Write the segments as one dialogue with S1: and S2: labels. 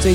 S1: 最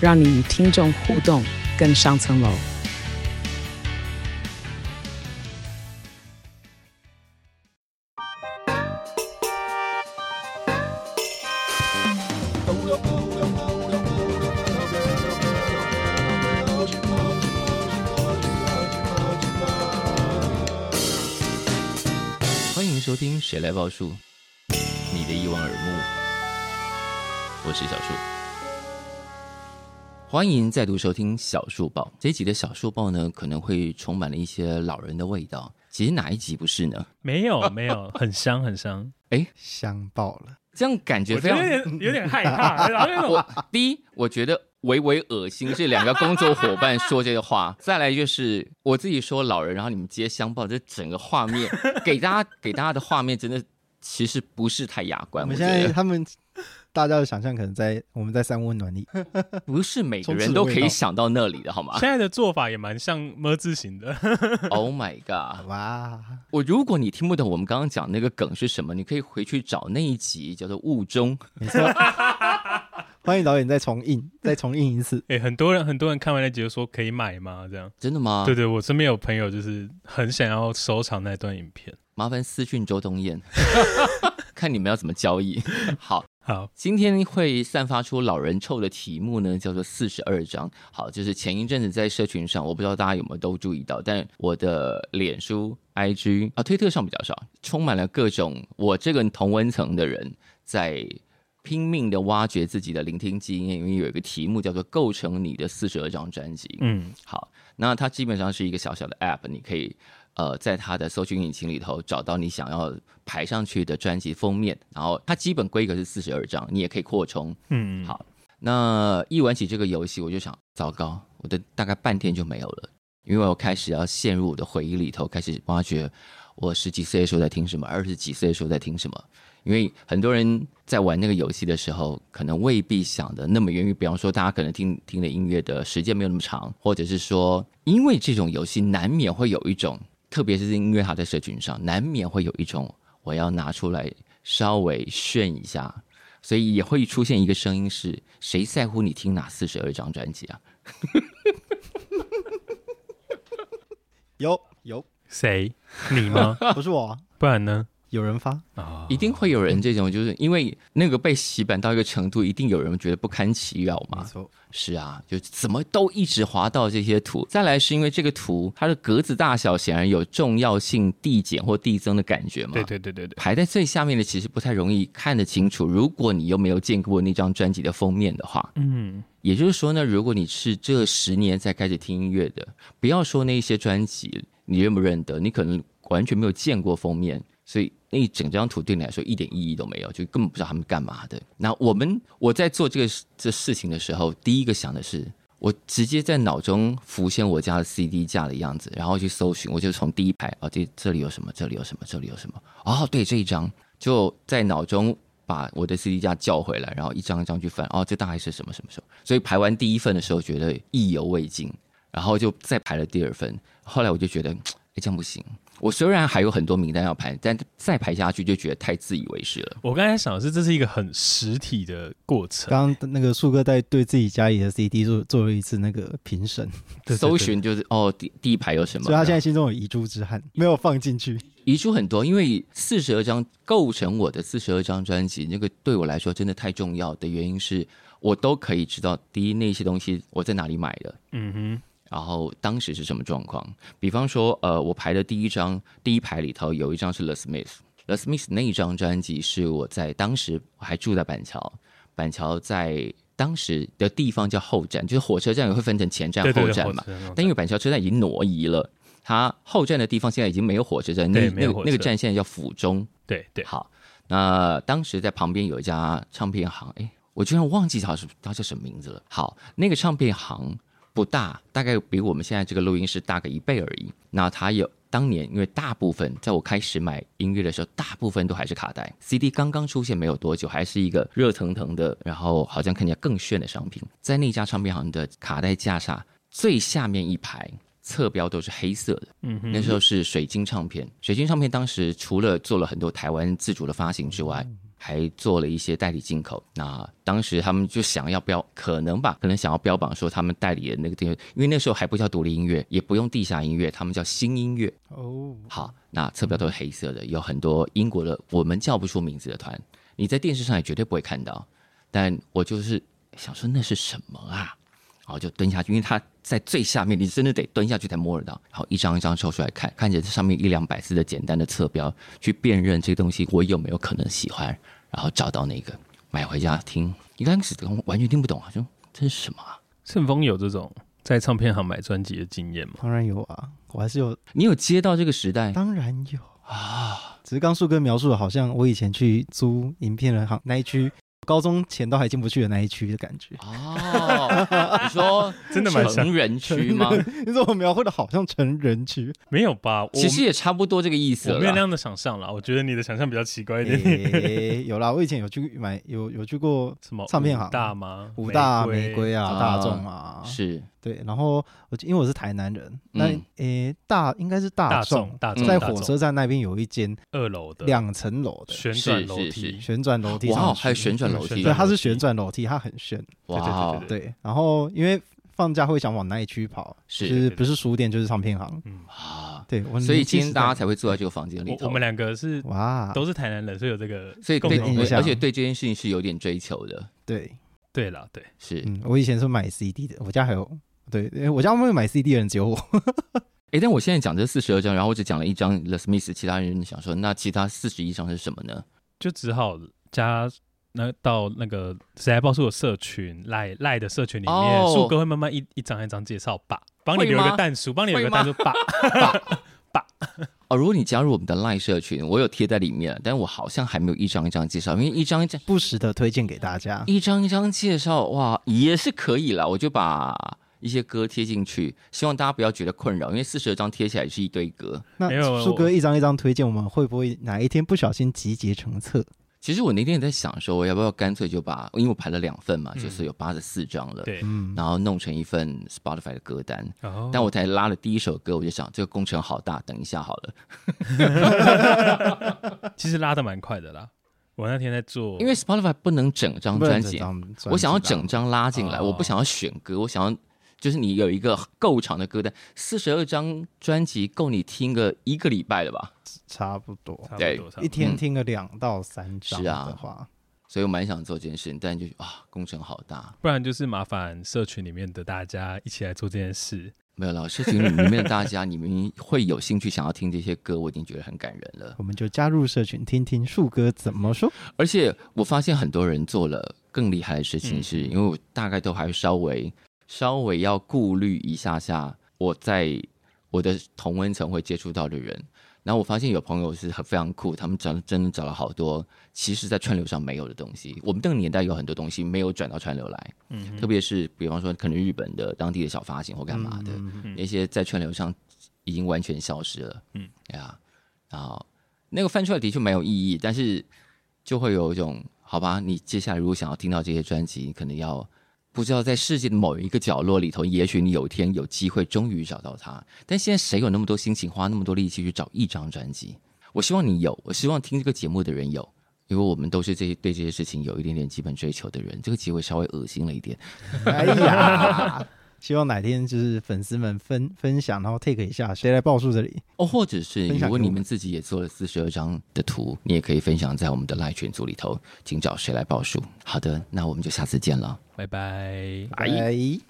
S1: 让你与听众互动更上层楼。
S2: 欢迎收听《谁来报数》，你的一望而目，我是小树。欢迎再度收听小树报。这一集的小树报呢，可能会充满了一些老人的味道。其实哪一集不是呢？
S3: 没有没有，很香 很香，
S4: 香爆了，
S2: 这样感觉
S3: 我
S2: 非
S3: 觉
S2: 常嗯
S3: 得有点有点 害怕，然后那种
S2: 我第一，我觉得微微恶心是两个工作伙伴 说这个话，再来就是我自己说老人，然后你们接相报，这整个画面 给大家给大家的画面真的其实不是太雅
S4: 我
S2: 观，我
S4: 们
S2: 觉
S4: 现在
S2: 得
S4: 他们大家的想象可能在我们在三温暖里，
S2: 不是每个
S4: 充斥
S2: 人
S4: 的
S2: 都
S4: 味
S2: 可以
S4: 道
S2: 想到那里的好吗
S3: 现在的做法也蛮像么字形的，
S2: ？Oh my god！
S4: 哇，
S2: 我如果你听不懂我们刚刚讲那个梗是什么，你可以回去找那一集叫做《雾中》，
S4: 没错。 欢迎导演再重映，再重映一次。
S3: 哎、很多人很多人看完那集就说可以买吗？这样，
S2: 真的吗？
S3: 对对，我身边有朋友就是很想要收藏那段影片。
S2: 麻烦私讯周冬燕， 看你们要怎么交易。好，
S3: 好，
S2: 今天会散发出老人臭的题目呢，叫做四十二章。好，就是前一阵子在社群上，我不知道大家有没有都注意到，但我的脸书、IG 啊、推特上比较少，充满了各种我这个同温层的人在拼命的挖掘自己的聆听基因，因为有一个题目叫做“构成你的四十二张专辑”。
S3: 嗯，
S2: 好，那它基本上是一个小小的 App，你可以呃在它的搜寻引擎里头找到你想要排上去的专辑封面，然后它基本规格是四十二张，你也可以扩充。
S3: 嗯，
S2: 好那一玩起这个游戏，我就想，糟糕，我的大概半天就没有了，因为我开始要陷入我的回忆里头，开始挖掘我十几岁的时候在听什么，二十几岁的时候在听什么。因为很多人在玩那个游戏的时候，可能未必想的那么远。因为比方说，大家可能听听的音乐的时间没有那么长，或者是说，因为这种游戏难免会有一种，特别是音乐它在社群上，难免会有一种我要拿出来稍微炫一下，所以也会出现一个声音是：谁在乎你听哪四十二张专辑啊？
S4: 有有，
S3: 谁？你 吗？
S4: 不是我啊，
S3: 不然呢？
S4: 有人发，
S3: 啊、
S2: 一定会有人这种，就是因为那个被洗版到一个程度，一定有人觉得不堪其扰
S4: 没
S2: 嘛。
S4: 错，
S2: 是啊，就怎么都一直滑到这些图。再来是因为这个图它的格子大小显然有重要性递减或递增的感觉嘛。
S3: 哦对对对对对，
S2: 排在最下面的其实不太容易看得清楚。如果你又没有见过那张专辑的封面的话，
S3: 嗯，
S2: 也就是说呢，如果你是这十年才开始听音乐的，不要说那些专辑你认不认得，你可能完全没有见过封面，所以那一整张图对你来说一点意义都没有，就根本不知道他们干嘛的。那我们我在做这个这事情的时候，第一个想的是。我直接在脑中浮现我家的 CD 架的样子，然后去搜寻，我就从第一排啊，这这里有什么，这里有什么，这里有什么，哦，对，这一张就在脑中把我的 CD 架叫回来，然后一张一张去翻，哦，这大概是什么什么什么。所以排完第一份的时候觉得意犹未尽，然后就再排了第二份。后来我就觉得，哎，这样不行。我虽然还有很多名单要排，但再排下去就觉得太自以为是了。
S3: 我刚才想的是，这是一个很实体的过程，
S4: 刚刚那个树哥在对自己家里的 CD 做做了一次那个评审，
S3: 对对对
S2: 搜寻就是哦，第第一排有什么？
S4: 所以他现在
S2: 然后
S4: 心中有遗珠之憾，没有放进去。
S2: 遗珠很多，因为四十二张构成我的四十二张专辑，那个对我来说真的太重要的原因是，我都可以知道第一那些东西我在哪里买的，
S3: 嗯
S2: 然后当时是什么状况？比方说，呃，我排的第一张第一排里头有一张是 The Smith。The Smith 那一张专辑是我在当时我还住在板桥，板桥在当时的地方叫后站，就是火车站也会分成前
S3: 哼，
S2: 站
S3: 对对
S2: 后
S3: 对，
S2: 站
S3: 火
S2: 嘛。
S3: 车那种
S2: 但因为板桥车站已经挪移了，它后站的地方现在已经没有火车站，那
S3: 对没
S2: 那
S3: 有
S2: 个
S3: 火
S2: 那个
S3: 车
S2: 站现在叫府中。
S3: 对对，
S2: 好，那当时在旁边有一家唱片行，哎，我居然忘记他是他叫什么名字了。好，那个唱片行不大，大概比我们现在这个录音室大个一倍而已。那它有当年，因为大部分在我开始买音乐的时候，大部分都还是卡带，CD 刚刚出现没有多久，还是一个热腾腾的，然后好像看起来更炫的商品。在那家唱片行的卡带架上，最下面一排侧标都是黑色的，
S3: 嗯哼，
S2: 那时候是水晶唱片，水晶唱片当时除了做了很多台湾自主的发行之外，
S3: 嗯
S2: 还做了一些代理进口。那当时他们就想要标，可能吧，可能想要标榜说他们代理的那个电，因为那时候还不叫独立音乐，也不用地下音乐，他们叫新音乐。
S4: 哦，
S2: 好，那侧标都是黑色的，有很多英国的我们叫不出名字的团，你在电视上也绝对不会看到。但我就是想说那是什么啊？然后就蹲下去，因为它在最下面，你真的得蹲下去才摸得到。然后一张一张抽出来看，看着这上面一两百字的简单的侧标，去辨认这东西我有没有可能喜欢，然后找到那个买回家听。一开始完全听不懂啊，就这是什么啊？
S3: 顺丰有这种在唱片行买专辑的 经验吗？
S4: 当然有啊，我还是有，
S2: 你有接到这个时代
S4: 当然有。
S2: 啊？
S4: 只是刚树哥描述的，好像我以前去租银片的行那一区，高中前都还进不去的那一区的感觉。
S2: 哦，你说
S3: 真的蛮像
S2: 成人区吗？
S4: 你怎么描绘的好像成人区？
S3: 没有吧？我
S2: 其实也差不多这个意思
S3: 我没有那
S2: 了。
S3: 样的想象啦，我觉得你的想象比较奇怪一点。
S4: 诶有啦，我以前有去买，有有去过
S3: 什么
S4: 唱片行
S3: 五大吗？
S4: 武大啊、
S3: 玫
S4: 玫瑰啊、
S2: 啊
S4: 大众啊，
S2: 是
S4: 对。然后我就因为我是台南人，那
S2: 嗯
S4: 诶大应该是大
S3: 大
S4: 众
S3: 众，大众
S4: 在
S3: 大
S4: 火
S3: 众
S4: 车站那边有一间
S3: 二楼的
S4: 两层楼的
S3: 旋转楼
S2: 是是
S3: 梯，
S4: 旋转楼梯
S2: 哇
S4: 上
S2: 哦，
S4: 去，
S2: 还有旋转楼梯，
S3: 嗯旋
S4: 对，
S3: 转
S4: 它
S3: 楼
S4: 是
S3: 梯
S4: 旋转楼梯，它很炫。
S2: 哇哦，
S3: 对
S4: 对，然后因为放假会想往那一区跑，
S2: 是
S4: 就是
S3: 对
S4: 不是书店就是唱片行。
S3: 嗯，
S2: 啊，
S4: 对，我
S2: 所以
S4: 年轻
S2: 今天
S4: 时
S2: 大家
S4: 代
S2: 才会坐在这个房间里
S3: 我
S2: 头。
S3: 我们两个是
S4: 哇，
S3: 都是台南人，所以有这个
S2: 所以
S3: 共
S2: 对
S3: 同
S4: 印
S3: 的
S2: 对，
S4: 象
S2: 而且对这件事情是有点追求的，
S4: 对，
S3: 对啦，对，
S2: 是。
S4: 嗯，我以前是买 CD 的，我家还有。对，因为我家会买 CD 的人只有我。
S2: 哎，但我现在讲这四十二张，然后我只讲了一张 The Smith，其他人想说，那其他四十一张是什么 呢？
S3: 就只好加那到那个谁来报数的社群赖赖的社群里面，
S2: 哦
S3: 树、哥会慢慢一一张一张介绍吧，帮你
S2: 会
S3: 留
S2: 吗
S3: 一个蛋叔，帮你留一个
S2: 会吗
S3: 蛋叔吧。
S2: 哦，如果你加入我们的 LINE 社群，我有贴在里面，但我好像还没有一张一张介绍，因为一张一张
S4: 不时的推荐给大家。
S2: 一张一张介绍，哇，也是可以啦。我就把一些歌贴进去，希望大家不要觉得困扰，因为四十二张贴起来是一堆歌。
S4: 那
S3: 没有
S4: 树哥
S3: 我
S4: 一张一张推荐，我们会不会哪一天不小心集结成册？
S2: 其实我那天也在想说，我要不要干脆就把，因为我排了两份嘛，就是有八十四张了，
S3: 嗯对，
S4: 嗯，
S2: 然后弄成一份 Spotify 的歌单。
S3: 哦
S2: 但我才拉了第一首歌，我就想这个工程好大，等一下好了，
S3: 其实拉的蛮快的啦。我那天在做，
S2: 因为 Spotify 不能整张
S4: 不然
S2: 专
S4: 整
S2: 辑，
S4: 张专辑
S2: 我想要整
S4: 吧
S2: 张拉进来，
S3: 哦
S2: 我不想要选歌，我想要就是你有一个够长的歌单，四十二张专辑够你听个一个礼拜了吧？
S4: 差不多，
S3: 差不
S2: 对
S3: 多差不多
S4: 一天
S2: 嗯
S4: 听个两到三张
S2: 是啊
S4: 的话，
S2: 所以我蛮想做这件事，但就啊，工程好大。
S3: 不然就是麻烦社群里面的大家一起来做这件事。
S2: 没有啦，社群里面的大家， 你们会有兴趣想要听这些歌，我已经觉得很感人了。
S4: 我们就加入社群，听听树哥怎么说。
S2: 而且我发现很多人做了更厉害的事情
S3: 嗯
S2: 是，因为我大概都还稍微稍微要顾虑一下下，我在我的同温层会接触到的人。然后我发现有朋友是很非常酷，他们找真的找了好多，其实在串流上没有的东西。我们那个年代有很多东西没有转到串流来，
S3: 嗯
S2: 特别是比方说可能日本的当地的小发行或干嘛的，
S4: 嗯
S2: 那些在串流上已经完全消失了。嗯
S3: 嗯，
S2: 呀，然后那个翻出来的确没有意义，但是就会有一种好吧，你接下来如果想要听到这些专辑，你可能要不知道在世界的某一个角落里头，也许你有一天有机会终于找到它。但现在谁有那么多心情，花那么多力气去找一张专辑？我希望你有，我希望听这个节目的人有。因为我们都是这些对这些事情有一点点基本追求的人，这个结尾稍微恶心了一点，
S4: 哎呀， 希望哪天就是粉丝们分分享，然后 take 一下谁来报数这里。
S2: 哦，或者是
S4: 分享
S2: 如
S4: 给我
S2: 果
S4: 们
S2: 你们自己也做了四十二张的图，你也可以分享在我们的赖群组里头，请找谁来报数。好的，那我们就下次见了。
S3: 拜拜。
S4: 哎。